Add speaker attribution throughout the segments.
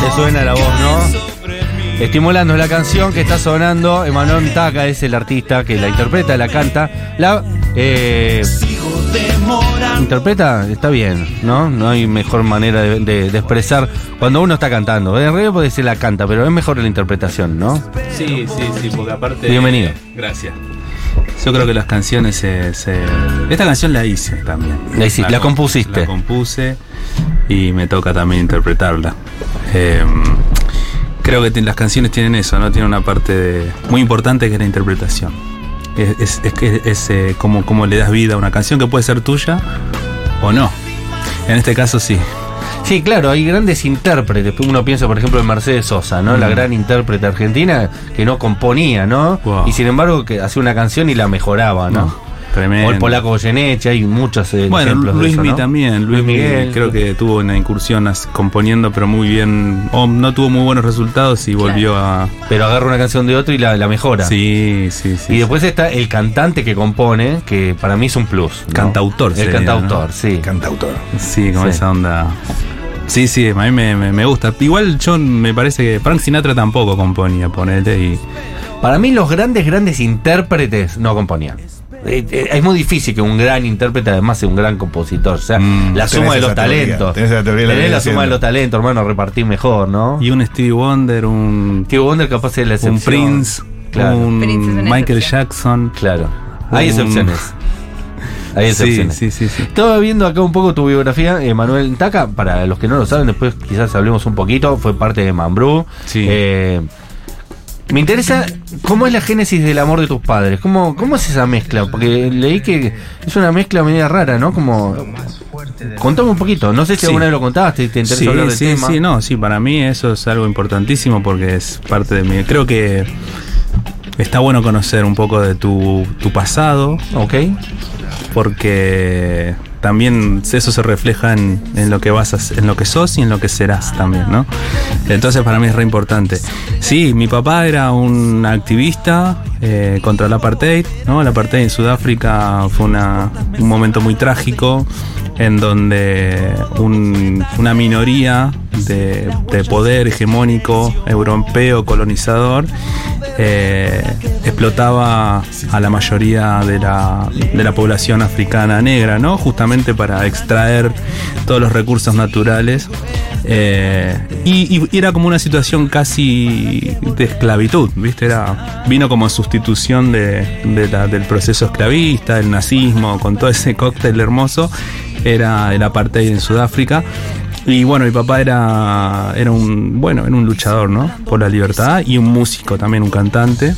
Speaker 1: te suena la voz, ¿no? Estimulando la canción que está sonando, Emanuel Mitaca es el artista que la interpreta, la canta, la eh, interpreta, está bien, ¿no? No hay mejor manera de, de- de expresar cuando uno está cantando. En realidad puede decir la canta, pero es mejor la interpretación, ¿no?
Speaker 2: Sí, sí, sí, porque aparte.
Speaker 1: Bienvenido.
Speaker 2: gracias. Yo creo que las canciones se, se- Esta canción la hice también.
Speaker 1: La hiciste, la
Speaker 2: com-
Speaker 1: compusiste.
Speaker 2: La compuse y me toca también interpretarla. Eh, creo que ti- las canciones tienen eso, ¿no? Tienen una parte de- muy importante que es la interpretación. Es, es- es que es, eh, como, como le das vida a una canción que puede ser tuya o no. En este caso sí.
Speaker 1: Sí, claro, hay grandes intérpretes. Uno piensa, por ejemplo, en Mercedes Sosa, ¿no? La
Speaker 2: Mm.
Speaker 1: gran intérprete argentina que no componía, ¿no?
Speaker 2: Wow.
Speaker 1: Y sin embargo, que hacía una canción y la mejoraba, ¿no?
Speaker 2: Tremendo.
Speaker 1: O el polaco Goyeneche, hay muchos eh,
Speaker 2: Bueno,
Speaker 1: ejemplos de
Speaker 2: Luis
Speaker 1: eso,
Speaker 2: Mi
Speaker 1: ¿no?
Speaker 2: también. Luis Miguel. Creo que tuvo una incursión as- componiendo, pero muy bien. o no tuvo muy buenos resultados y volvió a.
Speaker 1: Pero agarra una canción de otro y la, la mejora.
Speaker 2: Sí, sí, sí.
Speaker 1: Y después está el cantante que compone, que para mí es un plus. ¿no?
Speaker 2: Cantautor
Speaker 1: El
Speaker 2: sería,
Speaker 1: cantautor,
Speaker 2: ¿no?
Speaker 1: sí.
Speaker 3: Cantautor.
Speaker 2: Sí, con
Speaker 1: Sí.
Speaker 2: esa onda. Sí, sí, a mí me, me- me gusta. Igual yo me parece que Frank Sinatra tampoco componía, ponete. Y,
Speaker 1: Para mí los grandes, grandes intérpretes no componían. Eh, eh, Es muy difícil que un gran intérprete además sea un gran compositor. O sea,
Speaker 2: Mm,
Speaker 1: la
Speaker 3: tenés
Speaker 1: suma de
Speaker 3: esa
Speaker 1: los
Speaker 3: teoría,
Speaker 1: talentos.
Speaker 3: tenés esa teoría de la
Speaker 1: Tenés
Speaker 3: que
Speaker 1: la
Speaker 3: estoy
Speaker 1: suma de
Speaker 3: diciendo.
Speaker 1: los talentos, hermano, repartir mejor, ¿no?
Speaker 2: y un Stevie Wonder, un,
Speaker 1: Que Wonder capaz es la
Speaker 2: un
Speaker 1: excepción.
Speaker 2: Prince,
Speaker 1: Claro.
Speaker 2: un
Speaker 4: Prince es una
Speaker 2: Michael
Speaker 4: excepción.
Speaker 2: Jackson.
Speaker 1: Claro. Hay
Speaker 2: Un-
Speaker 1: excepciones. Hay
Speaker 2: Sí,
Speaker 1: excepciones.
Speaker 2: sí, sí, sí.
Speaker 1: Estaba viendo acá un poco tu biografía, eh, Manuel Taca, para los que no lo saben, después quizás hablemos un poquito, fue parte de Mambrú.
Speaker 2: Sí.
Speaker 1: Eh, me interesa cómo es la génesis del amor de tus padres, cómo, cómo es esa mezcla, porque leí que es una mezcla media rara, ¿no? Como... Contame un poquito, no sé si
Speaker 2: Sí.
Speaker 1: alguna vez lo contaste, te interesa
Speaker 2: Sí,
Speaker 1: hablar del
Speaker 2: sí,
Speaker 1: tema.
Speaker 2: sí, no, sí, para mí eso es algo importantísimo porque es parte de mí. Creo que está bueno conocer un poco de tu, tu pasado
Speaker 1: Ok,
Speaker 2: porque también eso se refleja en, en lo que vas a, s- en lo que sos y en lo que serás también, ¿no? Entonces para mí es re importante. Sí, mi papá era un activista eh, contra el apartheid, ¿no? El apartheid en Sudáfrica fue una- un momento muy trágico en donde un- una minoría de, de poder hegemónico europeo colonizador eh, explotaba a la mayoría de la, de la población africana negra, ¿no? Justamente para extraer todos los recursos naturales. Eh, y, y era como una situación casi de esclavitud, ¿viste? Era, vino como sustitución de- de la- del proceso esclavista, el nazismo, con todo ese cóctel hermoso era el apartheid en Sudáfrica. Y bueno, mi papá era, era un bueno, era un luchador, ¿no? Por la libertad y un músico también, un cantante.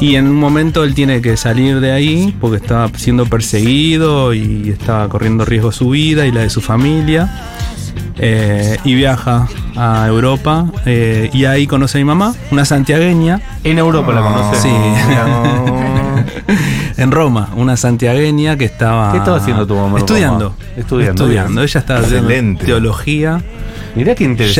Speaker 2: Y en un momento él tiene que salir de ahí porque estaba siendo perseguido y estaba corriendo riesgo su vida y la de su familia. Eh, y viaja a Europa eh, y ahí conoce a mi mamá, una santiagueña,
Speaker 1: en Europa la conoces.
Speaker 2: Ah, sí. en Roma, una santiagueña que estaba.
Speaker 1: ¿Qué estaba haciendo tu mamá,
Speaker 2: Estudiando.
Speaker 1: papá? Estudiando.
Speaker 2: Ella estaba haciendo
Speaker 3: Excelente.
Speaker 2: teología.
Speaker 1: Mirá qué interesante.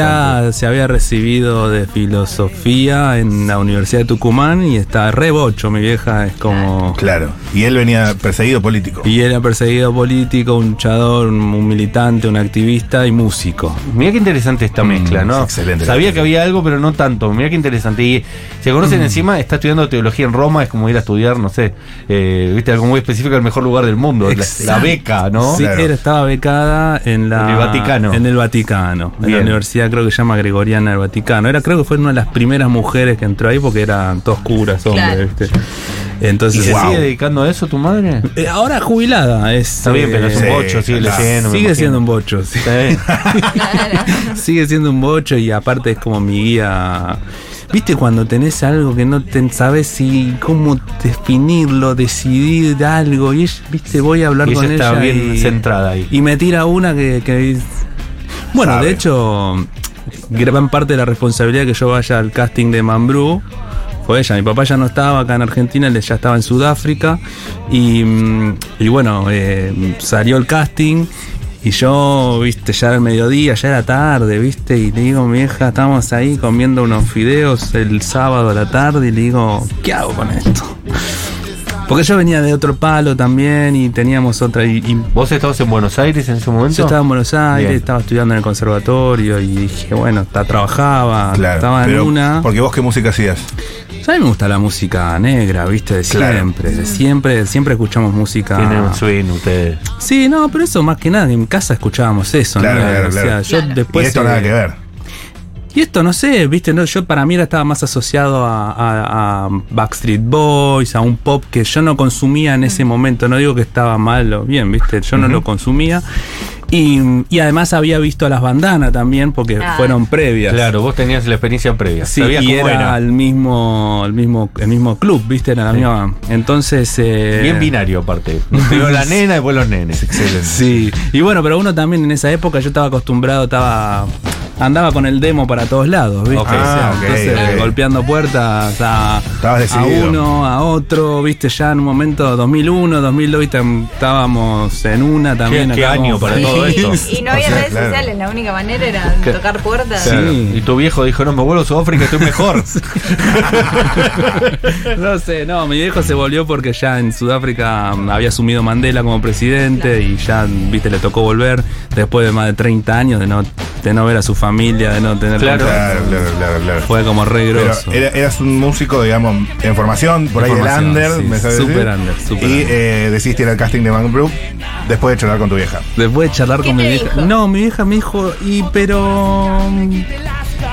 Speaker 2: Ya se había recibido de filosofía en la Universidad de Tucumán y está re bocho. Mi vieja es como.
Speaker 3: Claro. Y él venía perseguido político.
Speaker 2: Y era perseguido político, un luchador, un- un militante, un activista y músico.
Speaker 1: Mirá qué interesante esta
Speaker 2: Mm,
Speaker 1: mezcla, ¿no?
Speaker 3: es excelente.
Speaker 1: Sabía que había algo, pero no tanto. Mirá qué interesante. Y se conocen
Speaker 2: Mm.
Speaker 1: encima, está estudiando teología en Roma, es como ir a estudiar, no sé, eh, viste, algo muy específico, el mejor lugar del mundo, la,
Speaker 2: Exacto.
Speaker 1: la beca, ¿no?
Speaker 2: Sí,
Speaker 3: Claro.
Speaker 2: era- estaba becada en la.
Speaker 1: En el Vaticano.
Speaker 2: En el Vaticano. En
Speaker 1: Bien.
Speaker 2: la universidad, creo que se llama Gregoriana del Vaticano. Era, creo que fue una de las primeras mujeres que entró ahí porque eran todos curas, hombres,
Speaker 4: Claro.
Speaker 2: ¿viste?
Speaker 1: ¿Y
Speaker 2: Entonces,
Speaker 1: se
Speaker 2: wow.
Speaker 1: sigue dedicando a eso tu madre?
Speaker 2: Eh, Ahora jubilada. Es,
Speaker 1: Está bien, pero es un
Speaker 2: eh,
Speaker 3: sí,
Speaker 1: bocho, sigue
Speaker 3: claro.
Speaker 1: leyendo. me
Speaker 2: Sigue
Speaker 1: imagino.
Speaker 2: siendo un eh, bocho, sí.
Speaker 1: Está bien.
Speaker 4: Claro.
Speaker 2: Sigue siendo un bocho y aparte es como mi guía. ¿Viste cuando tenés algo que no te sabes si cómo definirlo, decidir algo? Y ella, viste, voy a hablar
Speaker 1: Y
Speaker 2: con
Speaker 1: ella está
Speaker 2: ella
Speaker 1: bien
Speaker 2: y,
Speaker 1: centrada ahí.
Speaker 2: y me tira una que, que es- bueno,
Speaker 3: Sabe.
Speaker 2: de hecho gran parte de la responsabilidad que yo vaya al casting de Mambrú fue ella. Mi papá ya no estaba acá en Argentina, él ya estaba en Sudáfrica y, mm, y bueno, eh, salió el casting. Y yo, viste, ya era el mediodía, ya era tarde, viste, y le digo, mi hija, estábamos ahí comiendo unos fideos el sábado a la tarde, y le digo, ¿qué hago con esto? Porque yo venía de otro palo también y teníamos otra. Y, y
Speaker 1: ¿Vos estabas en Buenos Aires en ese momento?
Speaker 2: yo estaba en Buenos Aires,
Speaker 1: Bien.
Speaker 2: estaba estudiando en el conservatorio y dije, bueno, está, trabajaba,
Speaker 3: Claro.
Speaker 2: estaba en
Speaker 3: pero
Speaker 2: una.
Speaker 3: Porque vos qué música hacías.
Speaker 2: A mí me gusta la música negra, viste, de
Speaker 3: Claro.
Speaker 2: siempre, de siempre, siempre escuchamos música.
Speaker 1: Tienen un swing ustedes.
Speaker 2: Sí, no, pero eso más que nada, en casa escuchábamos eso,
Speaker 3: Claro,
Speaker 2: ¿no?
Speaker 3: claro,
Speaker 2: o sea,
Speaker 3: claro.
Speaker 2: yo después.
Speaker 3: y esto
Speaker 2: eh,
Speaker 3: nada que ver.
Speaker 2: Y esto no sé, viste, no, yo para mí era estaba más asociado a, a- a Backstreet Boys, a un pop que yo no consumía en ese momento. No digo que estaba mal o bien, viste, yo no lo consumía. Y, y además había visto a las bandanas también, porque
Speaker 4: Ah.
Speaker 2: fueron previas.
Speaker 1: Claro, vos tenías la experiencia previa.
Speaker 2: Sí,
Speaker 1: Sabías
Speaker 2: y
Speaker 1: cómo
Speaker 2: era,
Speaker 1: era.
Speaker 2: El, mismo, el mismo el mismo club, viste, era la misma. Entonces. eh,
Speaker 1: Bien binario aparte. Primero la nena, después los nenes.
Speaker 3: Excelente.
Speaker 2: Sí, y bueno, pero uno también en esa época yo estaba acostumbrado, estaba andaba con el demo para todos lados, ¿viste?
Speaker 1: Ok.
Speaker 3: Ah, ok,
Speaker 2: entonces,
Speaker 3: ok.
Speaker 2: golpeando puertas a,
Speaker 3: Estabas
Speaker 2: a
Speaker 3: decidido.
Speaker 2: uno, a otro, ¿viste? Ya en un momento 2001, 2002, ¿viste? estábamos en una también.
Speaker 1: qué
Speaker 2: acabamos-
Speaker 1: año para
Speaker 4: Y,
Speaker 1: todo esto.
Speaker 4: y no
Speaker 3: O
Speaker 4: había
Speaker 3: sea,
Speaker 4: redes
Speaker 3: claro.
Speaker 4: sociales, la única manera era
Speaker 1: Claro.
Speaker 4: tocar puertas.
Speaker 2: Claro.
Speaker 1: Y tu viejo dijo, no, me vuelvo a Sudáfrica, estoy mejor.
Speaker 2: no sé, no, mi viejo se volvió porque ya en Sudáfrica mm, había asumido Mandela como presidente y ya, viste, le tocó volver después de más de 30 años de no, de no ver a su familia, de no tener...
Speaker 1: Claro.
Speaker 2: contacto.
Speaker 3: Claro, claro, claro, claro.
Speaker 2: Fue como re
Speaker 3: Pero
Speaker 2: grosso.
Speaker 3: era- eras un músico, digamos, en formación, por
Speaker 2: En
Speaker 3: ahí del
Speaker 2: formación,
Speaker 3: under,
Speaker 2: sí,
Speaker 3: me sabes
Speaker 2: super
Speaker 3: decir.
Speaker 2: under, super
Speaker 3: Y
Speaker 2: under.
Speaker 3: eh, decidiste ir al casting de Van Brook después de charlar con tu vieja.
Speaker 2: Después de charlar
Speaker 4: ¿Qué
Speaker 2: con mi
Speaker 4: te
Speaker 2: vieja.
Speaker 4: dijo?
Speaker 2: No, mi vieja me dijo, y pero. mm,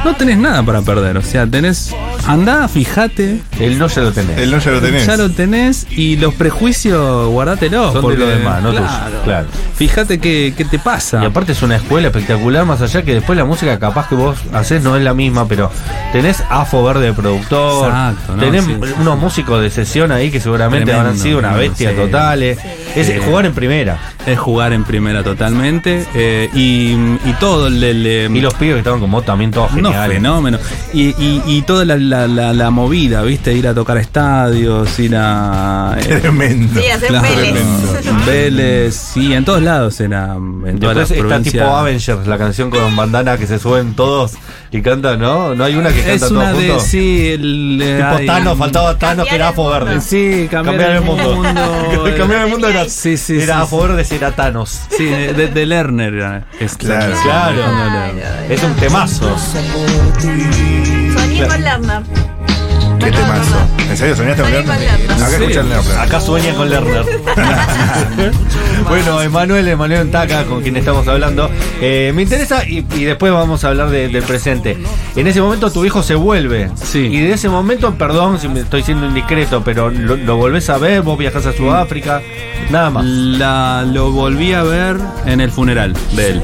Speaker 2: No tenés nada para perder. O sea, tenés. Andá, fíjate.
Speaker 1: Él no se lo tenés.
Speaker 3: El no ya lo tenés.
Speaker 2: Ya lo tenés y los prejuicios guardatelos.
Speaker 1: Son de
Speaker 2: porque-
Speaker 1: los demás, no
Speaker 2: claro,
Speaker 1: tuyos, claro.
Speaker 2: Fíjate qué, qué te pasa.
Speaker 1: Y aparte es una escuela espectacular, más allá que después la música capaz que vos haces no es la misma, pero tenés Afo Verde de productor,
Speaker 2: Exacto, ¿no?
Speaker 1: tenés
Speaker 2: Sí, sí,
Speaker 1: unos músicos de sesión ahí que seguramente
Speaker 2: Tremendo,
Speaker 1: habrán sido una
Speaker 2: tremendo,
Speaker 1: bestia
Speaker 2: sí.
Speaker 1: totales. Es
Speaker 2: Sí.
Speaker 1: jugar en primera.
Speaker 2: Es jugar en primera totalmente. eh, y, y todo el. el, em,
Speaker 1: Y los pibes que estaban como vos también todos
Speaker 2: No,
Speaker 1: geniales.
Speaker 2: fenómeno. Y, y, y toda la, la, la, la movida, ¿viste? Ir a tocar estadios, ir a. eh,
Speaker 3: Tremendo.
Speaker 4: Sí, hacer
Speaker 2: Claro.
Speaker 4: Vélez.
Speaker 2: Vélez, sí, en todos lados era. En todas las
Speaker 1: Después está tipo
Speaker 2: provincias.
Speaker 1: Avengers, la canción con bandana que se suben todos y cantan, ¿no? No hay una que
Speaker 2: Es
Speaker 1: canta
Speaker 2: una
Speaker 1: todos
Speaker 2: de.
Speaker 1: juntos.
Speaker 2: Sí, el.
Speaker 1: Tipo
Speaker 2: ay,
Speaker 1: Thanos, faltaba Thanos, que era Afo
Speaker 4: Cambiar el
Speaker 1: Verde.
Speaker 4: mundo.
Speaker 2: Sí, cambiar,
Speaker 1: Cambiar
Speaker 2: el mundo. el-
Speaker 1: Cambiar el mundo era,
Speaker 2: Sí, sí,
Speaker 1: era
Speaker 2: sí,
Speaker 1: Afo Verde, era Thanos.
Speaker 2: Sí, de, de- de Lerner era. Es
Speaker 3: Claro,
Speaker 2: la-
Speaker 1: Claro, es un temazo.
Speaker 4: Soñé con Lerner.
Speaker 3: Qué temazo. ¿En serio soñaste con Lerner?
Speaker 4: Soñé con Lerner.
Speaker 3: Acá
Speaker 2: Sí.
Speaker 3: escuchan Lerner.
Speaker 1: Acá sueña con Lerner. bueno, Emanuel, Emanuel Taca, con quien estamos hablando. Eh, me interesa, y, y después vamos a hablar de- del presente. En ese momento tu hijo se vuelve.
Speaker 2: Sí.
Speaker 1: Y de ese momento, perdón si me estoy siendo indiscreto, pero lo, lo volvés a ver, vos viajás a Sudáfrica, nada más.
Speaker 2: La, lo volví a ver en el funeral de él.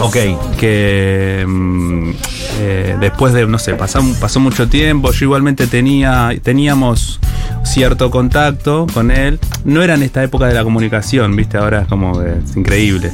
Speaker 1: Ok.
Speaker 2: que mm, eh, después de, no sé, pasó, pasó mucho tiempo, yo igualmente tenía, teníamos cierto contacto con él. No era en esta época de la comunicación, viste, ahora es como que es increíble.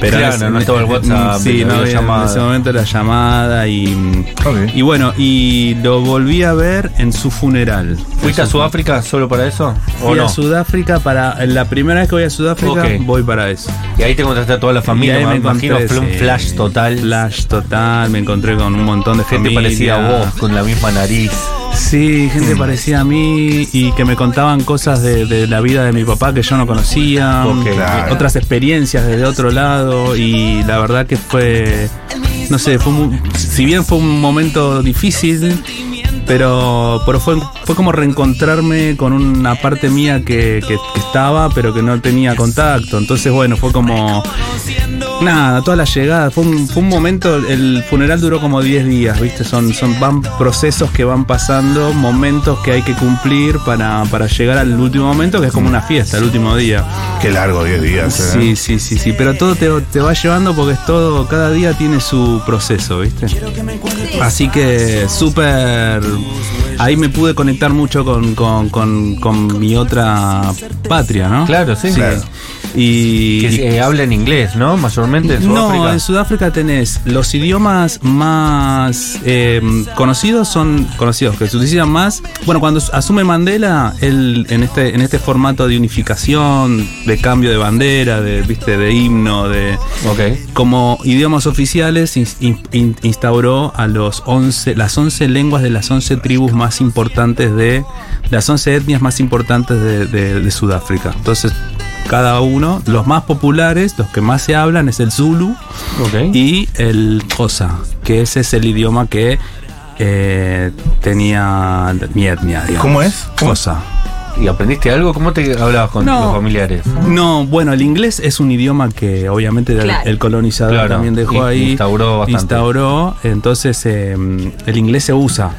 Speaker 2: Pero
Speaker 1: Claro,
Speaker 2: es-
Speaker 1: no estaba el WhatsApp,
Speaker 2: Sí,
Speaker 1: la
Speaker 2: no había-
Speaker 1: videollamada.
Speaker 2: en ese momento la llamada y, mm,
Speaker 3: Ok.
Speaker 2: y bueno, y lo volví a ver en su funeral.
Speaker 1: ¿Fuiste a Sudáfrica solo para eso? ¿O
Speaker 2: Fui
Speaker 1: no?
Speaker 2: a Sudáfrica para. La primera vez que voy a Sudáfrica
Speaker 1: Ok.
Speaker 2: voy para eso.
Speaker 1: Y ahí te encontraste a toda la
Speaker 2: Y
Speaker 1: familia,
Speaker 2: ahí
Speaker 1: me,
Speaker 2: encontré,
Speaker 1: imagino, fue un
Speaker 2: sí,
Speaker 1: flash total.
Speaker 2: Flash total, me encontré con un montón de
Speaker 1: Gente
Speaker 2: familia.
Speaker 1: parecida a vos, con la misma nariz.
Speaker 2: Sí, gente parecida a mí y que me contaban cosas de, de la vida de mi papá que yo no conocía, eh,
Speaker 1: Ok,
Speaker 3: claro.
Speaker 2: otras experiencias desde otro lado y la verdad que fue, no sé, fue mu- si bien fue un momento difícil, pero, pero fue, fue como reencontrarme con una parte mía que, que- que estaba pero que no tenía contacto, entonces bueno, fue como... Nada, toda la llegada, fue un, fue un momento, el funeral duró como 10 días, ¿viste? Son, son van procesos que van pasando, momentos que hay que cumplir para, para llegar al último momento, que es como una fiesta, el último día.
Speaker 3: Qué largo 10 días. ¿eh?
Speaker 2: Sí, sí, sí, sí, pero todo te, te va llevando porque es todo, cada día tiene su proceso, ¿viste? Así que súper... Ahí me pude conectar mucho con, con- con- con mi otra patria, ¿no?
Speaker 1: Claro, sí.
Speaker 2: Sí.
Speaker 1: Claro.
Speaker 2: Y,
Speaker 1: Que se, eh, habla en inglés, ¿no? Mayormente en Sudáfrica.
Speaker 2: no, en Sudáfrica tenés los idiomas más eh, conocidos son conocidos que se utilizan más. Bueno, cuando asume Mandela, él en este en este formato de unificación, de cambio de bandera, de viste, de himno, de
Speaker 1: Ok.
Speaker 2: como idiomas oficiales ins- in- in- instauró a los 11, las 11 lenguas de las 11 tribus más importantes de las 11 etnias más importantes de, de- de Sudáfrica. Entonces, cada uno, los más populares, los que más se hablan es el Zulu
Speaker 1: Ok.
Speaker 2: y el Xhosa, que ese es el idioma que eh, tenía mi etnia. digamos.
Speaker 3: ¿Cómo es?
Speaker 2: Xhosa.
Speaker 1: ¿Y aprendiste algo? ¿Cómo te hablabas con
Speaker 2: No.
Speaker 1: los familiares?
Speaker 2: No, bueno, el inglés es un idioma que obviamente el-
Speaker 4: Claro.
Speaker 2: el colonizador
Speaker 1: Claro,
Speaker 2: también dejó
Speaker 1: in-
Speaker 2: ahí.
Speaker 1: instauró bastante.
Speaker 2: Instauró, entonces eh, el inglés se usa.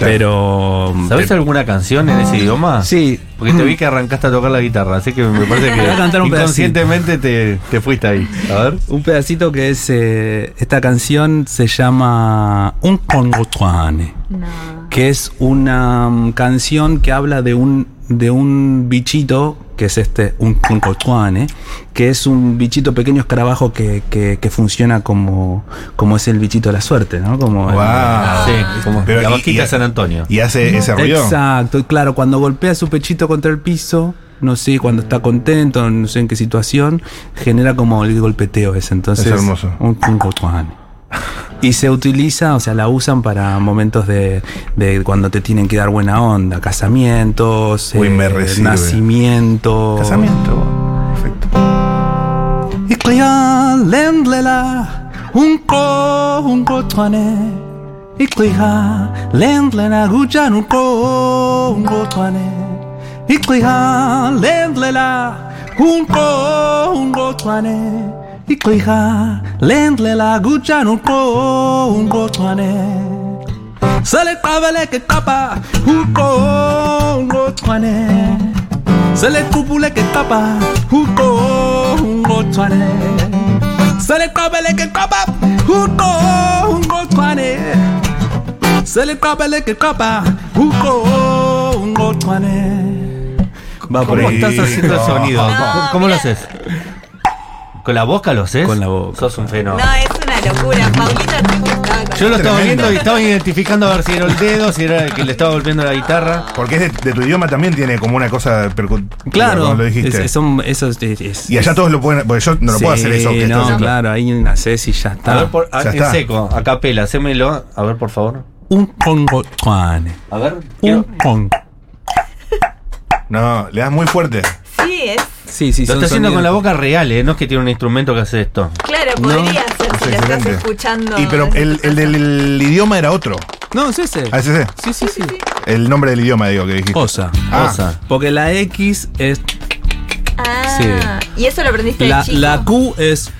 Speaker 2: Pero.
Speaker 1: ¿Sabes
Speaker 2: pero-
Speaker 1: alguna canción en ese idioma?
Speaker 2: Ah, Sí.
Speaker 1: Porque te vi que arrancaste a tocar la guitarra, así que me parece
Speaker 2: Voy a
Speaker 1: que
Speaker 2: cantar un
Speaker 1: inconscientemente te, te fuiste ahí. A ver.
Speaker 2: Un pedacito que es. eh, esta canción se llama Un Congotuane,
Speaker 4: No.
Speaker 2: que es una mm, canción que habla de un, de un bichito que es este, un Congotuane, que es un bichito pequeño escarabajo que, que, que funciona como, como es el bichito de la suerte, ¿no? Como el-
Speaker 3: Wow.
Speaker 1: sí, como
Speaker 3: Pero
Speaker 1: la
Speaker 3: y-
Speaker 1: vaquita
Speaker 3: y-
Speaker 1: San Antonio.
Speaker 3: Y hace ese ruido.
Speaker 2: Exacto, y claro, cuando golpea su pechito contra el piso, no sé, cuando está contento, no sé en qué situación, genera como el golpeteo ese. Entonces,
Speaker 3: Es hermoso.
Speaker 2: Un tungotuan. Y se utiliza, o sea, la usan para momentos de, de cuando te tienen que dar buena onda, casamientos, eh,
Speaker 3: Uy, me recibe.
Speaker 2: nacimientos.
Speaker 3: Casamiento. Perfecto.
Speaker 2: Y clian lendlela un co un cotuane. Y cliha lendlena guyan un co un cotuane. Y cliha lendlela un co un cotuane. Y cliha lendlela guyan un co un cotuane. Sale cabele que tapa, huko ngotswane. Sale cúpula que tapa, huko ngotswane. Sale cabele que tapa, huko ngotswane. Sale cabele que tapa, huko ngotswane. Va por
Speaker 1: ¿Cómo
Speaker 2: ahí. Ah.
Speaker 1: estás haciendo el
Speaker 3: No.
Speaker 1: sonido?
Speaker 4: No,
Speaker 1: ¿Cómo, cómo lo
Speaker 4: mira.
Speaker 1: haces? ¿Con la boca lo haces?
Speaker 2: Con la boca.
Speaker 1: Sos un fenómeno.
Speaker 4: No, es una locura. Paulita te gustaba con-
Speaker 1: Yo lo estaba
Speaker 3: Tremendo.
Speaker 1: viendo y estaba identificando a ver si era el dedo, si era el que le estaba golpeando la guitarra.
Speaker 3: Porque es de, de tu idioma también tiene como una cosa percu-
Speaker 2: Claro,
Speaker 3: como lo dijiste.
Speaker 2: es- son- eso es- es-
Speaker 3: y allá todos lo pueden. Porque yo no lo puedo hacer eso.
Speaker 2: Sí,
Speaker 3: Que
Speaker 2: no,
Speaker 3: estás haciendo.
Speaker 2: claro, ahí naces y ya está.
Speaker 1: A ver, por, a-
Speaker 3: Ah, Ya
Speaker 1: en
Speaker 3: está.
Speaker 1: seco, a capela, hacémelo. A ver, por favor.
Speaker 2: Un congo tuane.
Speaker 1: A ver,
Speaker 2: Un
Speaker 1: quiero-
Speaker 2: congo.
Speaker 3: No, le das muy fuerte.
Speaker 4: Sí, es.
Speaker 2: Sí, sí,
Speaker 1: Lo
Speaker 2: son
Speaker 1: está haciendo
Speaker 2: sonidos.
Speaker 1: con la boca real, ¿eh? No es que tiene un instrumento que hace esto.
Speaker 4: Claro,
Speaker 2: No,
Speaker 4: podría ser
Speaker 3: Es
Speaker 4: si la estás
Speaker 3: excelente.
Speaker 4: escuchando.
Speaker 3: Y pero el, el del idioma era otro.
Speaker 2: No, es ese.
Speaker 3: Ah, es ese.
Speaker 2: Sí, sí, sí.
Speaker 3: El nombre del idioma, digo, que dijiste.
Speaker 2: Cosa.
Speaker 3: Ah.
Speaker 1: Cosa.
Speaker 2: Porque la X es.
Speaker 4: Ah, y eso lo aprendiste
Speaker 2: La,
Speaker 4: de chico.
Speaker 2: la Q es.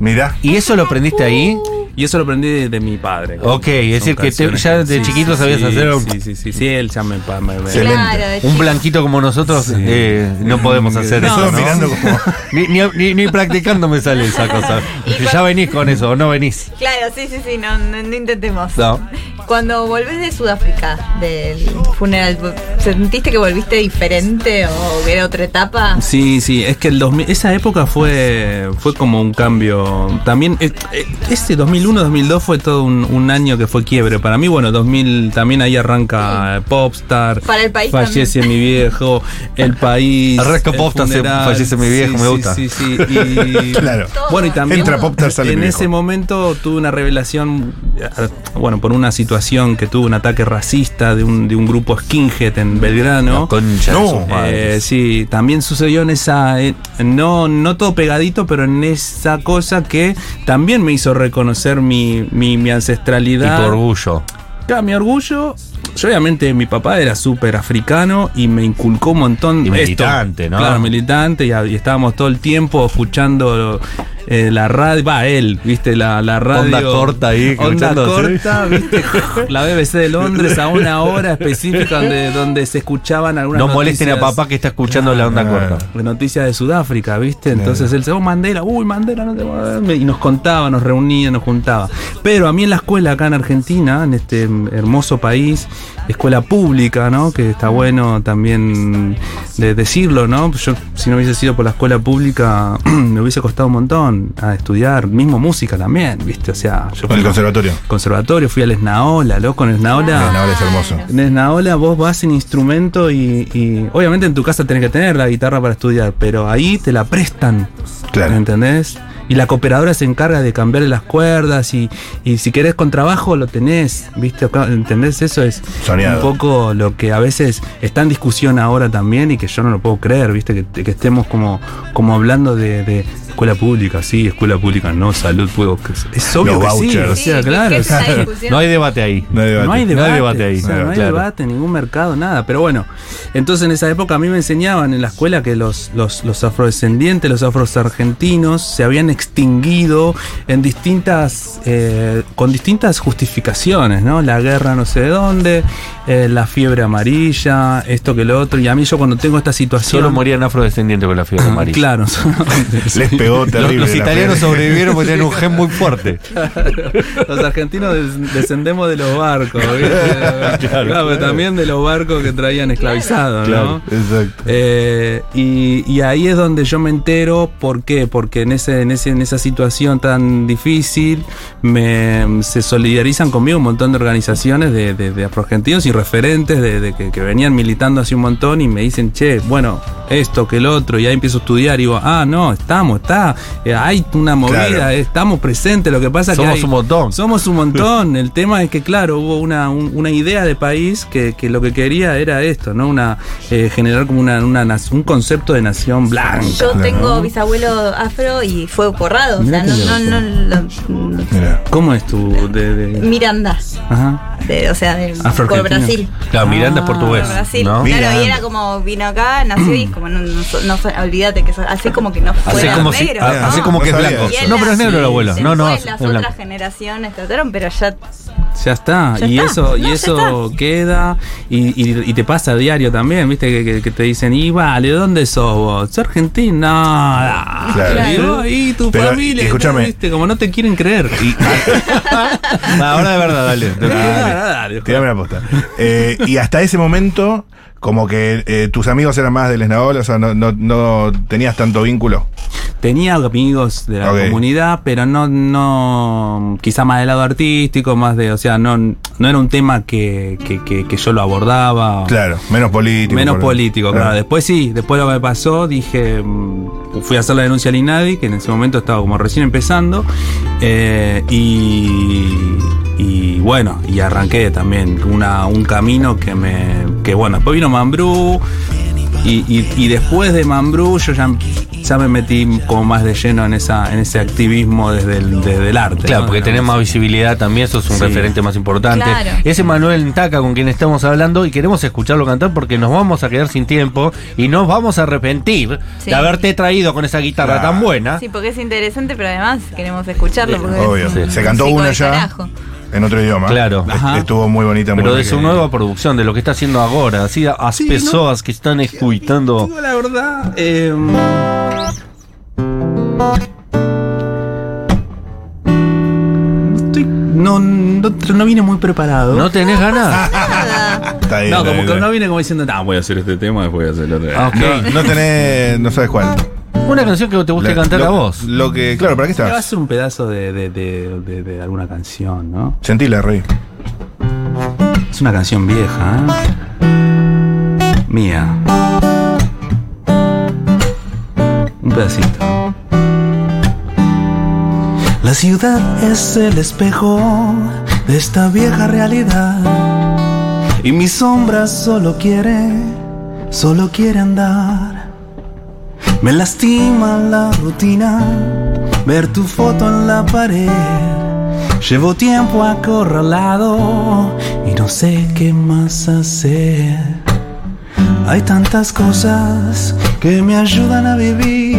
Speaker 3: Mirá.
Speaker 1: ¿Y eso lo aprendiste ahí?
Speaker 2: Y eso lo aprendí de, de mi padre.
Speaker 1: Ok, es
Speaker 2: Son
Speaker 1: decir, que te-
Speaker 2: canciones
Speaker 1: ya de chiquito sabías
Speaker 2: sí,
Speaker 1: hacer un-
Speaker 2: Sí, sí, sí. Sí, él ya me. pa- me- me-
Speaker 3: Sí.
Speaker 4: Claro,
Speaker 3: excelente.
Speaker 4: de
Speaker 1: Un
Speaker 4: chico.
Speaker 1: blanquito como nosotros
Speaker 2: Sí.
Speaker 1: eh, no podemos hacer
Speaker 2: No,
Speaker 1: eso.
Speaker 3: Nosotros
Speaker 1: ¿no?
Speaker 3: mirando como.
Speaker 1: Ni, ni- ni- ni practicando me sale esa cosa.
Speaker 4: Y
Speaker 1: Ya
Speaker 4: cuando-
Speaker 1: venís con eso, o no venís.
Speaker 4: Claro, sí, sí, sí, no, no, no intentemos.
Speaker 1: No.
Speaker 4: Cuando volvés de Sudáfrica, del funeral, ¿vo- ¿sentiste que volviste diferente o que era otra etapa?
Speaker 2: Sí, sí, es que el 2000, esa época fue fue como un cambio. También eh, eh, este 2001-2002 fue todo un, un año que fue quiebre. Para mí, bueno, 2000 también ahí arranca eh, Popstar.
Speaker 4: Para el país
Speaker 2: Fallece mi viejo, El País.
Speaker 1: Arranca
Speaker 2: el
Speaker 1: Popstar, se-
Speaker 2: funeral.
Speaker 1: fallece mi viejo,
Speaker 2: Sí,
Speaker 1: me
Speaker 2: sí,
Speaker 1: gusta.
Speaker 2: Sí, sí, y-
Speaker 3: Claro.
Speaker 2: Bueno, y también
Speaker 3: Entra Popstar, sale
Speaker 2: en
Speaker 3: mi
Speaker 2: ese
Speaker 3: viejo.
Speaker 2: momento tuve una revelación, eh, bueno, por una situación que tuvo un ataque racista de un, de un grupo skinhead en Belgrano.
Speaker 1: La concha de
Speaker 3: No.
Speaker 1: sus madres.
Speaker 2: Eh, sí, también sucedió en esa, eh, no, no todo pegadito, pero en esa cosa que también me hizo reconocer mi, mi, mi
Speaker 1: y
Speaker 2: ancestralidad.
Speaker 1: tu orgullo.
Speaker 2: Claro, mi orgullo. Yo, obviamente mi papá era súper africano y me inculcó un montón
Speaker 1: Y
Speaker 2: esto.
Speaker 1: militante, ¿no?
Speaker 2: Claro, militante y, y estábamos todo el tiempo escuchando eh, la radio, va él, viste, la, la radio.
Speaker 5: Onda corta ahí,
Speaker 2: Onda
Speaker 5: escuchando,
Speaker 2: corta, viste, la BBC de Londres a una hora específica donde, donde se escuchaban algunas
Speaker 1: No molesten a
Speaker 2: noticias.
Speaker 1: papá que está escuchando la onda corta.
Speaker 2: de noticias de Sudáfrica, ¿viste? Entonces él se oh, Mandela, uy, Mandela, no te voy a dar". Y nos contaba, nos reunía, nos juntaba. Pero a mí en la escuela acá en Argentina, en este hermoso país, escuela pública, ¿no? Que está bueno también de decirlo, ¿no? Yo, si no hubiese sido por la escuela pública, me hubiese costado un montón a estudiar, mismo música también, ¿viste? O sea, yo
Speaker 3: Con el conservatorio.
Speaker 2: conservatorio, fui al Esnaola, loco, en el Esnaola.
Speaker 3: Ahora es hermoso.
Speaker 2: En ola vos vas sin instrumento y, y- obviamente en tu casa tenés que tener la guitarra para estudiar, pero ahí te la prestan.
Speaker 3: Claro.
Speaker 2: ¿Entendés? Y la cooperadora se encarga de cambiarle las cuerdas y, y si querés con trabajo lo tenés, ¿viste? Acá, ¿Entendés? Eso es
Speaker 3: Soñado.
Speaker 2: un poco lo que a veces está en discusión ahora también y que yo no lo puedo creer, ¿viste? Que, que estemos como, como hablando de, de escuela pública, sí, escuela pública, no, salud, fuego. Es obvio
Speaker 3: Los
Speaker 2: que sí,
Speaker 3: vouchers.
Speaker 2: o sea,
Speaker 4: Sí,
Speaker 2: claro.
Speaker 4: ¿qué
Speaker 2: o sea,
Speaker 4: tal discusión?
Speaker 5: No hay debate ahí.
Speaker 3: No hay debate.
Speaker 2: no hay debate,
Speaker 5: No hay debate ahí,
Speaker 2: o sea, no hay
Speaker 5: claro.
Speaker 2: debate, ningún mercado, nada. Pero bueno, entonces en esa época a mí me enseñaban en la escuela que los, los, los afrodescendientes, los afroargentinos, se habían extinguido en distintas, eh, con distintas justificaciones, ¿no? La guerra no sé de dónde, eh, la fiebre amarilla, esto que lo otro. Y a mí yo cuando tengo esta situación...
Speaker 1: Solo morían afrodescendientes con la
Speaker 4: Ah,
Speaker 1: fiebre amarilla.
Speaker 2: Claro,
Speaker 3: Les pegó
Speaker 5: Los,
Speaker 3: terrible.
Speaker 5: los
Speaker 3: la
Speaker 5: italianos
Speaker 3: fe.
Speaker 5: sobrevivieron porque tienen un gen muy fuerte.
Speaker 2: Los argentinos des- descendemos de los barcos, ¿viste? Claro, pero también de los barcos que traían esclavizados,
Speaker 3: Claro,
Speaker 2: ¿no?
Speaker 3: exacto.
Speaker 2: Eh, y, y ahí es donde yo me entero, ¿por qué? Porque en, ese, en, ese, en esa situación tan difícil me, se solidarizan conmigo un montón de organizaciones de, de, de afroargentinos y referentes de, de que, que venían militando hace un montón y me dicen, che, bueno, esto que el otro, y ahí empiezo a estudiar y digo, ah, no, estamos, está, eh, hay una movida,
Speaker 3: Claro.
Speaker 2: eh, estamos presentes, lo que pasa es que...
Speaker 5: Somos
Speaker 2: hay-
Speaker 5: un montón.
Speaker 2: somos un montón. El tema es que, claro, hubo una, un- una idea de país que, que lo que quería era esto, ¿no? Una, eh, generar como una, una nac- un concepto de nación blanca.
Speaker 4: Yo tengo bisabuelo afro y fue borrado. O sea,
Speaker 2: Mirá
Speaker 4: no,
Speaker 2: qué
Speaker 4: no, no, lo- mm,
Speaker 3: Mira.
Speaker 2: ¿Cómo es tu...? De, de-
Speaker 4: Miranda.
Speaker 2: ajá.
Speaker 4: de- o sea, de- por
Speaker 2: Afroargentino.
Speaker 4: Brasil.
Speaker 1: Claro, Miranda es
Speaker 2: Ah,
Speaker 4: Por
Speaker 1: portugués.
Speaker 4: Brasil.
Speaker 1: ¿no?
Speaker 4: Claro,
Speaker 3: Miranda.
Speaker 4: y era como vino acá, nació y como no, no, so- no so- olvídate que so- así como que no
Speaker 1: Hace
Speaker 4: fuera
Speaker 1: como, si-
Speaker 4: negro. Ah.
Speaker 1: ha-
Speaker 4: ¿no?
Speaker 1: hace como que es
Speaker 3: No sabía
Speaker 1: blanco.
Speaker 4: Y él
Speaker 1: No, pero es
Speaker 4: así,
Speaker 1: negro el abuelo. No, no, es
Speaker 4: después las otras
Speaker 1: blanco.
Speaker 4: generaciones trataron, pero ya
Speaker 2: Ya está.
Speaker 4: Ya
Speaker 2: y
Speaker 4: está.
Speaker 2: eso,
Speaker 4: No,
Speaker 2: y
Speaker 4: ya
Speaker 2: eso queda. Y, y- y te pasa a diario también, ¿viste? Que, que- que te dicen, y vale, ¿de dónde sos vos? ¿Sos argentino? No, da".
Speaker 3: Claro.
Speaker 2: Y vos, y tu
Speaker 3: Pero,
Speaker 2: familia. y
Speaker 3: escúchame.
Speaker 2: todo, ¿viste? Como no te quieren creer. Y,
Speaker 5: Ah, Ahora de verdad, dale.
Speaker 3: Tirame la posta. Eh, y hasta ese momento, como que eh, tus amigos eran más del Esnaola, o sea, no, no, no tenías tanto vínculo.
Speaker 2: Tenía amigos de la
Speaker 3: Ok.
Speaker 2: comunidad, pero no, no, quizá más del lado artístico, más de, o sea, no, no era un tema que, que- que- que yo lo abordaba.
Speaker 3: Claro, menos político.
Speaker 2: Menos
Speaker 3: por-
Speaker 2: político, claro. Después sí, después lo que me pasó, dije, mm, fui a hacer la denuncia al INADI, que en ese momento estaba como recién empezando, eh, y, y bueno, y arranqué también una, un camino que me, que bueno, después vino Mambrú, y, y- y después de Mambrú yo ya, ya me metí como más de lleno en, esa, en ese activismo desde el, desde el arte.
Speaker 1: Claro,
Speaker 2: ¿no?
Speaker 5: Ah,
Speaker 1: porque tenés más visibilidad también, sos un
Speaker 2: Sí.
Speaker 1: referente más importante.
Speaker 4: Claro.
Speaker 1: Ese Manuel Ntaca con quien estamos hablando y queremos escucharlo cantar porque nos vamos a quedar sin tiempo y nos vamos a arrepentir
Speaker 4: Sí.
Speaker 1: de haberte traído con esa guitarra
Speaker 3: Claro.
Speaker 1: tan buena.
Speaker 4: Sí, porque es interesante, pero además queremos escucharlo. Porque
Speaker 3: Obvio.
Speaker 4: es un
Speaker 3: Se cantó
Speaker 4: músico
Speaker 3: una
Speaker 4: del
Speaker 3: ya
Speaker 4: carajo.
Speaker 3: en otro idioma.
Speaker 1: Claro.
Speaker 3: Es-
Speaker 2: Ajá.
Speaker 3: Estuvo muy bonita. muy
Speaker 1: Pero de
Speaker 3: rica.
Speaker 1: su nueva producción, de lo que está haciendo ahora, así a las
Speaker 2: Sí, ¿no?
Speaker 1: personas que están escuchando.
Speaker 2: Digo la verdad. eh, estoy- no, no, no vine muy preparado.
Speaker 1: ¿No tenés
Speaker 5: Ah,
Speaker 1: ganas?
Speaker 4: Nada.
Speaker 3: Está
Speaker 1: Eh,
Speaker 3: bien,
Speaker 2: No,
Speaker 3: está
Speaker 2: como
Speaker 3: bien,
Speaker 2: que
Speaker 3: está
Speaker 2: no
Speaker 3: bien.
Speaker 2: vine como diciendo, no, voy a hacer este tema, después voy a hacer el otro.
Speaker 1: Ah, ok.
Speaker 3: No, no tenés. No sabes cuál.
Speaker 1: Una canción que te guste
Speaker 3: La-
Speaker 1: cantar
Speaker 3: lo-
Speaker 1: a vos.
Speaker 3: Lo que. Claro, ¿para qué
Speaker 2: Te va a
Speaker 3: estás?
Speaker 2: hacer un pedazo de, de- de- de- de alguna canción, ¿no?
Speaker 3: Sentila, Rey.
Speaker 2: Es una canción vieja, ¿eh? Mía. Un pedacito. La ciudad es el espejo de esta vieja realidad. Y mi sombra solo quiere, solo quiere andar. Me lastima la rutina, ver tu foto en la pared. Llevo tiempo acorralado y no sé qué más hacer. Hay tantas cosas que me ayudan a vivir.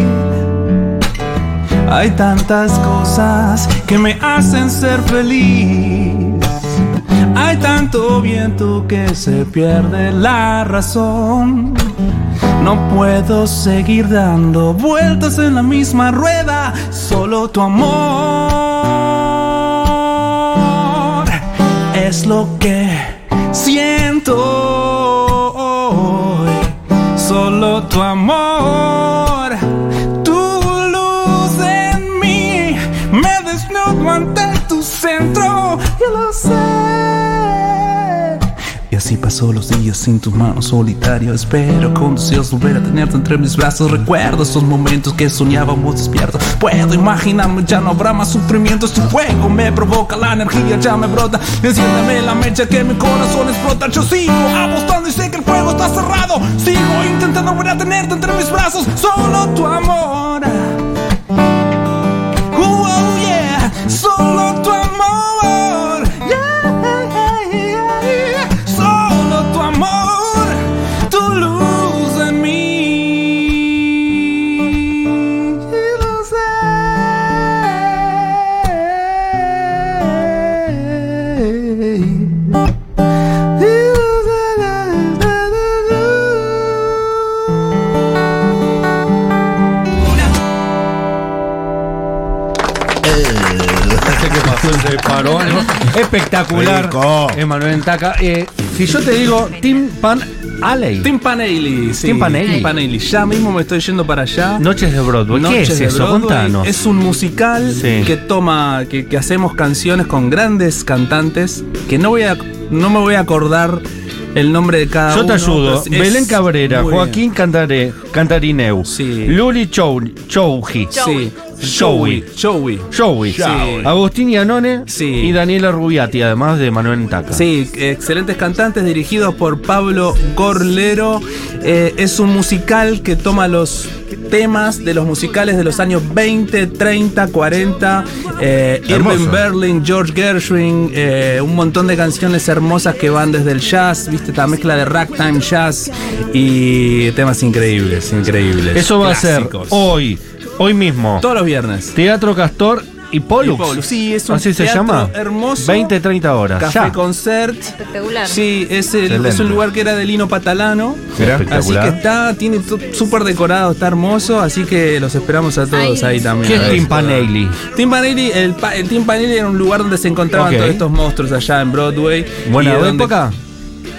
Speaker 2: Hay tantas cosas que me hacen ser feliz. Hay tanto viento que se pierde la razón. No puedo seguir dando vueltas en la misma rueda, solo tu amor es lo que siento hoy. Solo tu amor, tu luz en mí, me desnudo ante tu centro, yo lo sé. Y así pasó los días sin tus manos solitario. Espero con deseos volver a tenerte entre mis brazos. Recuerdo esos momentos que soñábamos despiertos. Puedo imaginarme, ya no habrá más sufrimientos. Tu fuego me provoca, la energía ya me brota. Enciéndeme la mecha que mi corazón explota. Yo sigo apostando y sé que el fuego está cerrado. Sigo intentando volver a tenerte entre mis brazos. Solo tu amor. Oh, yeah. Solo tu amor. Yeah, yeah, yeah. Solo tu amor. Tu luz en mí. Y lo sé. Y lo sé.
Speaker 1: Se paró, ¿no? Espectacular.
Speaker 3: Rico.
Speaker 1: Emanuel Entaca. Eh, si yo te digo Tim Pan Alley.
Speaker 2: Tim Panelli, sí.
Speaker 1: Tim Panelli.
Speaker 2: Ya mismo me estoy yendo para allá.
Speaker 1: Noches de Broadway. ¿Qué
Speaker 2: Noches
Speaker 1: es
Speaker 2: de
Speaker 1: eso?
Speaker 2: Broadway.
Speaker 1: Contanos.
Speaker 2: Es un musical
Speaker 1: Sí.
Speaker 2: que toma, que, que hacemos canciones con grandes cantantes que no voy a, no me voy a acordar el nombre de cada
Speaker 1: Yo
Speaker 2: uno.
Speaker 1: te ayudo.
Speaker 2: pero es-
Speaker 1: Belén Cabrera,
Speaker 2: muy
Speaker 1: Joaquín Cantare, Cantarineu,
Speaker 2: Sí.
Speaker 1: Luli Chou- Chouji,
Speaker 2: bien. Sí.
Speaker 1: Joey.
Speaker 2: Joey. Joey.
Speaker 1: Joey,
Speaker 2: Sí.
Speaker 1: Agustín Yanone
Speaker 2: Sí.
Speaker 1: y Daniela Rubiati, además de Manuel Entaca.
Speaker 2: Sí, excelentes cantantes dirigidos por Pablo Gorlero. Eh, es un musical que toma los temas de los musicales de los años 20, 30, 40. Eh,
Speaker 3: Hermoso.
Speaker 2: Irving Berlin, George Gershwin, eh, un montón de canciones hermosas que van desde el jazz, viste, esta mezcla de ragtime jazz y temas increíbles, increíbles.
Speaker 1: Eso va a
Speaker 2: clásicos.
Speaker 1: ser hoy, hoy mismo.
Speaker 2: Todos los viernes.
Speaker 1: Teatro Castor y Pollux.
Speaker 2: Y Pollux, sí, es un
Speaker 1: Así se
Speaker 2: teatro
Speaker 1: llama.
Speaker 2: hermoso.
Speaker 1: 20, 30 horas.
Speaker 2: Café
Speaker 1: ya.
Speaker 2: Concert.
Speaker 4: Espectacular.
Speaker 2: Sí, es, el-
Speaker 5: Excelente.
Speaker 2: es un lugar que era de Lino Patalano.
Speaker 3: Mirá.
Speaker 2: Así
Speaker 5: Espectacular.
Speaker 2: que está, tiene to- súper decorado, está hermoso, así que los esperamos a todos
Speaker 4: Ahí.
Speaker 2: ahí también.
Speaker 1: ¿Qué es
Speaker 2: Ahí.
Speaker 1: Tim Panelli?
Speaker 2: Tim Panelli, el, pa- el Tim Panelli era un lugar donde se encontraban
Speaker 1: Ok.
Speaker 2: todos estos monstruos allá en Broadway.
Speaker 1: Buena
Speaker 2: Y de donde-
Speaker 1: época.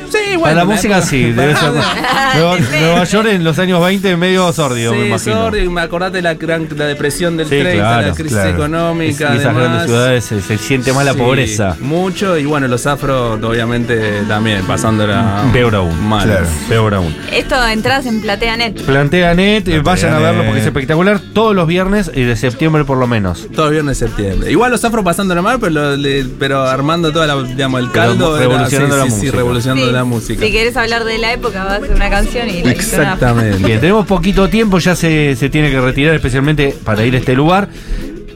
Speaker 2: Sí, bueno.
Speaker 1: Para la
Speaker 2: la
Speaker 1: música
Speaker 2: época-
Speaker 1: sí, debe ser. Nueva,
Speaker 4: Depende.
Speaker 1: Nueva York en los años 20 medio sordio,
Speaker 2: Sí,
Speaker 1: me imagino.
Speaker 2: sorry, me acordate la, gran- la depresión del
Speaker 1: Sí,
Speaker 2: 30,
Speaker 1: claro,
Speaker 2: la crisis
Speaker 3: claro.
Speaker 1: Es-
Speaker 2: económica.
Speaker 1: esas grandes
Speaker 2: además.
Speaker 1: ciudades se, se siente más la
Speaker 2: Sí,
Speaker 1: pobreza.
Speaker 2: Mucho, y bueno, los afro, obviamente, también, pasándola
Speaker 1: Peor aún.
Speaker 2: mal.
Speaker 3: Claro.
Speaker 1: Peor aún.
Speaker 4: Esto entradas en PlateaNet.
Speaker 1: Planteanet, eh, vayan a verlo
Speaker 3: Planteanet.
Speaker 1: porque es espectacular todos los viernes eh, de septiembre por lo menos.
Speaker 2: Todo viernes septiembre. Igual los afro pasándola mal, pero, lo- le- pero armando toda la, digamos, el
Speaker 1: Pero
Speaker 2: caldo. era-
Speaker 1: revolucionando
Speaker 2: sí,
Speaker 1: la
Speaker 2: sí, sí,
Speaker 1: música.
Speaker 2: revolucionando
Speaker 4: Sí,
Speaker 2: la música.
Speaker 4: Si querés hablar de la época, vas a hacer una canción y la
Speaker 1: Bien,
Speaker 2: Exactamente.
Speaker 1: tenemos poquito tiempo, ya se, se tiene que retirar especialmente para ir a este lugar.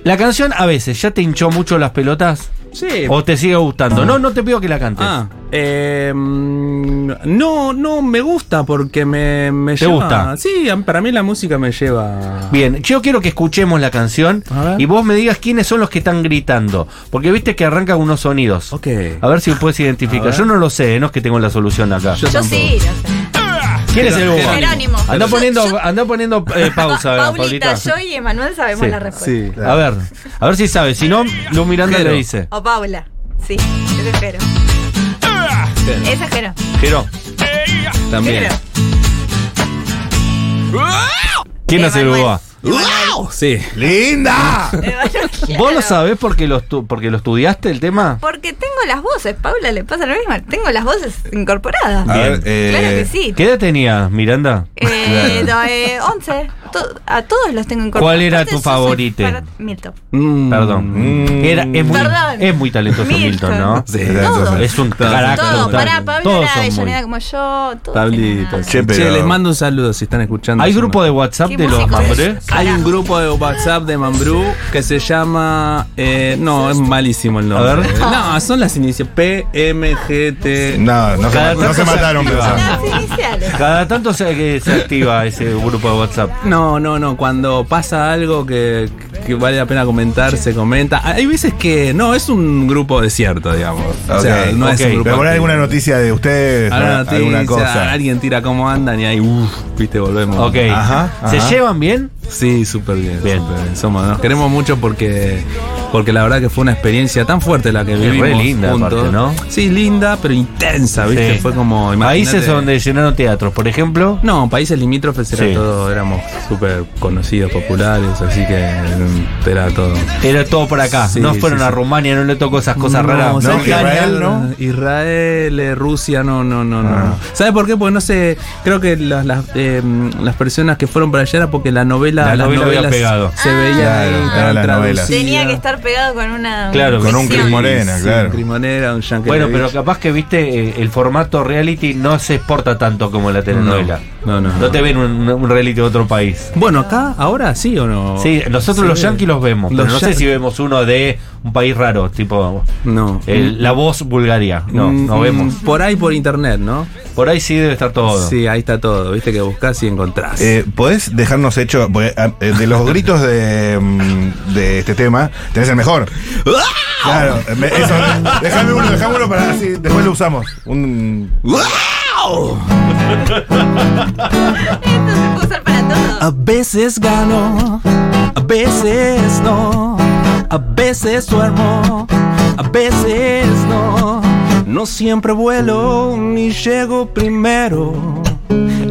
Speaker 1: La canción a veces ya te hinchó mucho las pelotas
Speaker 2: Sí.
Speaker 1: o te sigue gustando. No, no te pido que la cantes.
Speaker 2: Ah, eh, mm, no, no me gusta porque me, me
Speaker 1: ¿Te
Speaker 2: lleva.
Speaker 1: gusta?
Speaker 2: Sí, a- para mí la música me lleva.
Speaker 1: Bien, yo quiero que escuchemos la canción
Speaker 2: A ver.
Speaker 1: y vos me digas quiénes son los que están gritando. Porque viste que arranca con unos sonidos.
Speaker 2: Ok.
Speaker 1: A ver si puedes identificar. Yo no lo sé, eh, no es que tengo la solución acá.
Speaker 2: Yo-
Speaker 4: Yo sí, no sé.
Speaker 1: ¿Quién es el bobo?
Speaker 4: Jerónimo.
Speaker 1: Andá
Speaker 4: Yo-
Speaker 1: poniendo,
Speaker 4: yo-
Speaker 1: andá poniendo eh, pausa,
Speaker 4: Pa-
Speaker 1: Paulita.
Speaker 4: Paulita, yo y Emanuel sabemos
Speaker 1: Sí,
Speaker 4: la respuesta.
Speaker 2: Sí.
Speaker 1: A ver, a ver si sabe. Si no, Lu Miranda
Speaker 2: Jero.
Speaker 1: le dice.
Speaker 4: O Paula. Sí, yo te espero. Esa es Jero.
Speaker 1: Jero,
Speaker 4: Eh,
Speaker 2: También.
Speaker 4: Jero.
Speaker 1: ¿quién hace el
Speaker 4: Emanuel.
Speaker 1: bobo?
Speaker 2: Sí.
Speaker 3: ¡Linda!
Speaker 1: Uh, ¿Vos lo sabés porque lo, estu- porque lo estudiaste el tema?
Speaker 4: Porque tengo las voces, Paula le pasa lo mismo. Tengo las voces incorporadas.
Speaker 3: A ver, eh,
Speaker 4: Claro que sí.
Speaker 1: Ah, ¿Qué edad tenías, Miranda?
Speaker 4: Eh, no, eh, 11. To- a todos los tengo incorporados.
Speaker 1: ¿Cuál era
Speaker 4: Aparte,
Speaker 1: tu
Speaker 4: yo soy
Speaker 1: favorite?
Speaker 4: para- Milton.
Speaker 2: Mm.
Speaker 1: Perdón. Era, es, muy,
Speaker 4: Perdón.
Speaker 1: es muy talentoso Milton,
Speaker 4: Milton.
Speaker 1: ¿no?
Speaker 3: Sí,
Speaker 4: Todo.
Speaker 1: Es un carajo.
Speaker 4: Todo, pará, Pablo
Speaker 1: Todos
Speaker 4: era
Speaker 1: son
Speaker 4: Avellaneda
Speaker 1: muy-
Speaker 4: como yo. todos
Speaker 2: Pablito.
Speaker 4: eran-
Speaker 3: Che, pero-
Speaker 2: les mando un saludo si están escuchando.
Speaker 1: ¿Hay grupo de WhatsApp
Speaker 4: ¿Qué
Speaker 1: de los
Speaker 4: músicos?
Speaker 1: hombres?
Speaker 2: Hay
Speaker 4: Pará.
Speaker 2: un grupo de WhatsApp de Mambrú que se llama. eh, no, es malísimo el nombre.
Speaker 5: A ver.
Speaker 2: No, son las inicias. PMGT.
Speaker 3: No, no se,
Speaker 1: Cada
Speaker 3: no se
Speaker 1: tanto
Speaker 3: mataron,
Speaker 1: se
Speaker 3: pero.
Speaker 4: Las iniciales.
Speaker 1: Cada tanto se, que se activa ese grupo de WhatsApp.
Speaker 2: No, no, no. Cuando pasa algo que, que vale la pena comentar, se comenta. Hay veces que no, es un grupo desierto, digamos. o sea,
Speaker 3: Ok,
Speaker 2: no es
Speaker 3: ok,
Speaker 2: un grupo.
Speaker 3: Pero por ahí
Speaker 2: activo.
Speaker 3: alguna noticia de ustedes,
Speaker 2: Alguna
Speaker 3: ¿no? alguna
Speaker 2: noticia,
Speaker 3: cosa.
Speaker 2: Alguien tira cómo andan y ahí, uff, viste, volvemos. Ah.
Speaker 1: Ok.
Speaker 3: Ajá,
Speaker 1: ¿Se
Speaker 3: ajá.
Speaker 1: llevan bien?
Speaker 2: Sí, súper bien.
Speaker 1: Bien.
Speaker 2: súper bien. Somos, nos queremos mucho porque, porque la verdad que fue una experiencia tan fuerte la que
Speaker 1: re
Speaker 2: vivimos.
Speaker 1: linda
Speaker 2: juntos.
Speaker 1: aparte, ¿no?
Speaker 2: Sí, linda, pero intensa, ¿viste?
Speaker 1: Sí.
Speaker 2: Fue como.
Speaker 1: Países
Speaker 2: imagínate-
Speaker 1: donde llenaron teatros, por ejemplo.
Speaker 2: No, países limítrofes era
Speaker 1: Sí.
Speaker 2: todo, éramos súper conocidos, populares, así que mm, era todo.
Speaker 1: Era todo por acá.
Speaker 2: Sí,
Speaker 1: no
Speaker 2: sí,
Speaker 1: fueron
Speaker 2: sí.
Speaker 1: a Rumania, no le tocó esas cosas raras.
Speaker 3: no,
Speaker 2: ¿sabes qué?
Speaker 3: Israel, ¿no?
Speaker 2: Israel, eh, Rusia, no, no, no, no.
Speaker 3: Ah.
Speaker 2: ¿Sabes por qué? Porque no sé, creo que las, las, eh, las personas que fueron para allá era porque la novela,
Speaker 1: La
Speaker 2: las
Speaker 1: novela había
Speaker 2: novelas
Speaker 1: pegado.
Speaker 2: se veía
Speaker 3: Claro,
Speaker 2: ahí,
Speaker 3: eran
Speaker 2: estaban
Speaker 3: las novelas.
Speaker 2: traducidas.
Speaker 4: Tenía que estar pegado con una.
Speaker 1: Claro,
Speaker 3: Con un eh. Cris
Speaker 4: conexión.
Speaker 3: Morena,
Speaker 2: Sí,
Speaker 3: claro.
Speaker 2: Un Cris Morena, un Yankelevich.
Speaker 1: Bueno, pero capaz que viste eh, el formato reality no se exporta tanto como la telenovela.
Speaker 2: No, no, no.
Speaker 1: te ven un, un reality de otro país.
Speaker 2: Bueno, acá, ahora sí o no.
Speaker 1: Sí, nosotros
Speaker 2: Sí.
Speaker 1: los yanquis los vemos, pero
Speaker 2: Los
Speaker 1: no sé
Speaker 2: yan-
Speaker 1: si vemos uno de un país raro, tipo
Speaker 2: No.
Speaker 1: el- la voz Bulgaria. Eh, No,
Speaker 2: Mm,
Speaker 1: no
Speaker 2: mm,
Speaker 1: vemos.
Speaker 2: Por ahí por internet, ¿no?
Speaker 1: Por ahí sí debe estar todo.
Speaker 2: Sí, ahí está todo. Viste que buscas y encontrás.
Speaker 3: Eh, ¿Podés dejarnos hecho? porque, ah, eh, de los gritos de, mm, de este tema, tenés el mejor. Claro, me- eso. Dejame uno, dejame uno para así. Después lo usamos. Un,
Speaker 4: Esto se puede usar para todo.
Speaker 2: A veces gano, a veces no. A veces duermo, a veces no. No siempre vuelo ni llego primero.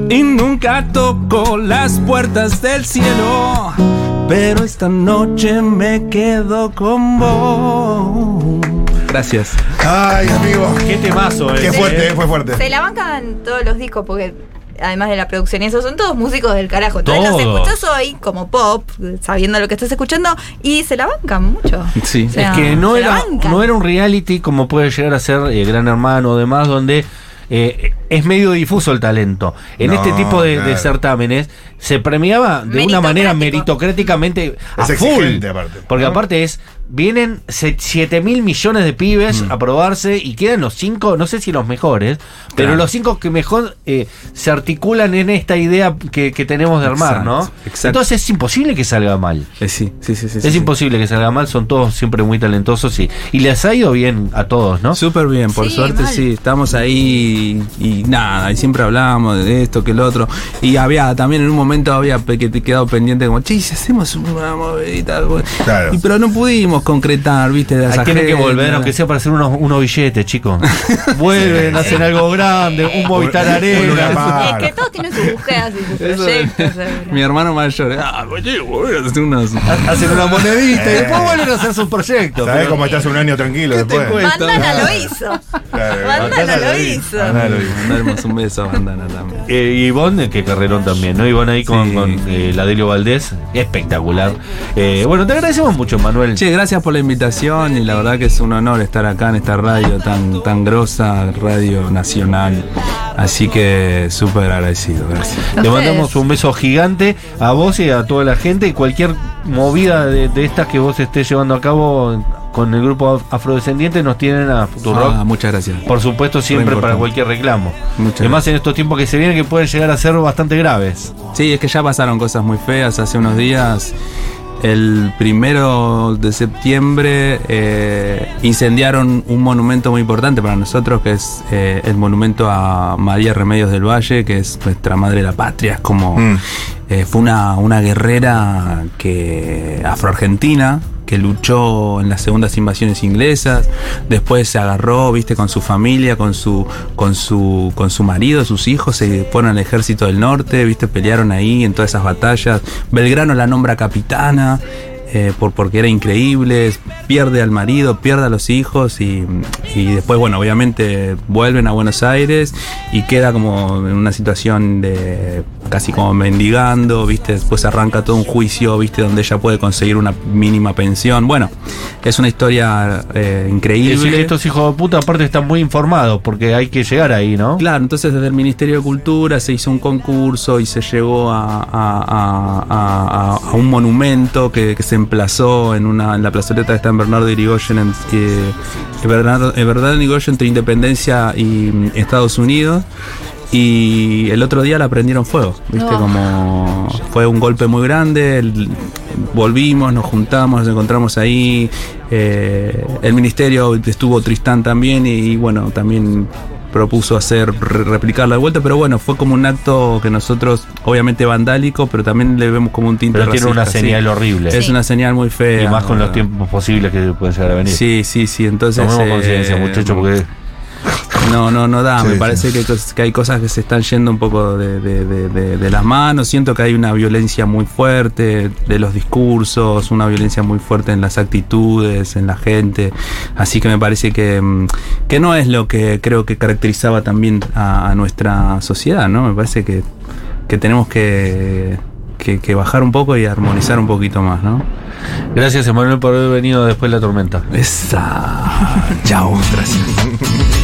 Speaker 2: Y nunca toco las puertas del cielo. Pero esta noche me quedo con vos. Gracias.
Speaker 3: ay, amigo.
Speaker 1: Qué temazo, eh.
Speaker 3: Qué fuerte, eh, fue
Speaker 4: Se
Speaker 3: fuerte.
Speaker 4: la bancan todos los discos porque. Además de la producción y eso, son todos músicos del carajo. Entonces los
Speaker 1: Todos.
Speaker 4: escuchás hoy como pop, sabiendo lo que estás escuchando, y se la bancan mucho.
Speaker 2: Sí.
Speaker 4: O sea,
Speaker 1: Es que no
Speaker 4: se la
Speaker 1: era,
Speaker 4: bancan.
Speaker 1: no era un reality como puede llegar a ser eh, Gran Hermano o demás, donde eh, es medio difuso el talento. En
Speaker 3: No,
Speaker 1: este tipo de, de
Speaker 3: claro.
Speaker 1: certámenes se premiaba de una
Speaker 4: Meritocrático.
Speaker 1: manera meritocráticamente a
Speaker 3: Es
Speaker 1: full.
Speaker 3: exigente, aparte.
Speaker 1: Porque
Speaker 3: ¿No?
Speaker 1: aparte es, vienen 7 mil millones de pibes
Speaker 3: Mm.
Speaker 1: a probarse y quedan los cinco, no sé si los mejores, pero
Speaker 2: Claro.
Speaker 1: los cinco que mejor eh, se articulan en esta idea que, que tenemos de armar,
Speaker 2: Exacto,
Speaker 1: ¿no?
Speaker 2: exacto.
Speaker 1: Entonces es imposible que salga mal.
Speaker 2: Eh, sí, sí, sí, sí,
Speaker 1: Es
Speaker 2: sí.
Speaker 1: imposible que salga mal, son todos siempre muy talentosos y, y les ha ido bien a todos, ¿no?
Speaker 2: Súper bien, por
Speaker 4: Sí,
Speaker 2: suerte
Speaker 4: mal.
Speaker 2: sí, estamos ahí y nada, y siempre hablábamos de esto, que el otro. Y había también en un momento había pe- que te quedado pendiente como, che, si hacemos una movidita. algo".
Speaker 3: Claro.
Speaker 2: Y, pero no pudimos concretar, viste, las
Speaker 1: Ahí tienen que
Speaker 2: agendas.
Speaker 1: volver, aunque sea para hacer unos, unos billetes, chicos. Vuelven, hacen algo grande, un Movistar
Speaker 3: Un- un lugar
Speaker 1: Arena.
Speaker 3: más.
Speaker 4: Es
Speaker 3: Claro.
Speaker 4: que todos tienen sus búsquedas y sus
Speaker 2: Eso-
Speaker 4: proyectos. ¿verdad?
Speaker 2: mi hermano mayor, ah, oye, voy a hacer unas.
Speaker 1: Hacen una monedita y
Speaker 3: Eh.
Speaker 1: después vuelven a hacer sus proyectos.
Speaker 3: ¿Sabés
Speaker 1: pero-
Speaker 3: cómo estás un año tranquilo después?
Speaker 2: cuesta?
Speaker 4: Bandana lo hizo.
Speaker 3: Claro,
Speaker 4: Bandana lo hizo.
Speaker 3: Bandana lo hizo.
Speaker 2: Mandaremos un beso a Bandana también.
Speaker 1: Eh, Ivonne, que carrerón también, ¿no? Ivonne ahí con,
Speaker 2: Sí.
Speaker 1: con, eh, la Delio Valdés, espectacular. Eh, bueno, te agradecemos mucho, Manuel.
Speaker 2: Che, gracias por la invitación y la verdad que es un honor estar acá en esta radio tan, tan grosa, radio nacional. Así que súper agradecido, gracias.
Speaker 4: A
Speaker 1: Te
Speaker 4: ustedes.
Speaker 1: mandamos un beso gigante a vos y a toda la gente y cualquier movida de, de estas que vos estés llevando a cabo con el grupo af- afrodescendiente nos tienen a Futurock.
Speaker 2: Ah, muchas gracias.
Speaker 1: por supuesto, siempre para
Speaker 2: importante.
Speaker 1: cualquier reclamo.
Speaker 2: Muchas
Speaker 1: Además, en estos tiempos que se vienen que pueden llegar a ser bastante graves.
Speaker 2: Sí, es que ya pasaron cosas muy feas hace unos días. El primero de septiembre eh, incendiaron un monumento muy importante para nosotros, que es eh, el monumento a María Remedios del Valle, que es nuestra madre de la patria. Es como.
Speaker 3: Mm.
Speaker 2: eh, fue una, una guerrera que afroargentina que luchó en las segundas invasiones inglesas, después se agarró, viste, con su familia, con su, con su, con su marido, sus hijos, se fueron al ejército del norte, viste, pelearon ahí en todas esas batallas. Belgrano la nombra capitana, eh, por, porque era increíble, pierde al marido, pierde a los hijos y, y después, bueno, obviamente vuelven a Buenos Aires y queda como en una situación de casi como mendigando, ¿viste? Después arranca todo un juicio, ¿viste? Donde ella puede conseguir una mínima pensión. Bueno, es una historia eh,
Speaker 1: Y
Speaker 2: increíble.
Speaker 1: estos hijos de puta aparte están muy informados porque hay que llegar ahí, ¿no?
Speaker 2: Claro, entonces desde el Ministerio de Cultura se hizo un concurso y se llegó a, a- a- a- a- a un monumento que, que se emplazó en una en la plazoleta que está en Bernardo Irigoyen, en, eh, en Bernardo, en Bernardo Irigoyen entre Independencia y mm, Estados Unidos. Y el otro día la prendieron fuego, ¿viste?
Speaker 4: No.
Speaker 2: Como fue un golpe muy grande. el- volvimos, nos juntamos, nos encontramos ahí. eh, el ministerio estuvo Tristán también y, y bueno, también propuso hacer re- replicarla de vuelta, pero bueno, fue como un acto que nosotros, obviamente vandálico, pero también le vemos como un tinte
Speaker 1: Pero tiene una
Speaker 2: racista, sí.
Speaker 1: señal horrible.
Speaker 2: Es una señal muy fea.
Speaker 1: Y más con los
Speaker 2: ¿verdad?
Speaker 1: tiempos posibles que pueden llegar a venir.
Speaker 2: Sí, sí, sí, entonces...
Speaker 1: Tomemos
Speaker 2: eh,
Speaker 1: conciencia, muchachos, porque
Speaker 2: no, no, no da.
Speaker 3: Sí,
Speaker 2: Me
Speaker 3: sí.
Speaker 2: parece que, hay cos- que hay cosas que se están yendo un poco de, de- de- de- de las manos. Siento que hay una violencia muy fuerte de los discursos, una violencia muy fuerte en las actitudes, en la gente. Así que me parece que, mm, que no es lo que creo que caracterizaba también a, a nuestra sociedad, ¿no? Me parece que, que tenemos que, que- que bajar un poco y armonizar un poquito más, ¿no?
Speaker 1: gracias Emanuel por haber venido después de la tormenta.
Speaker 2: Esa. Chao. Gracias.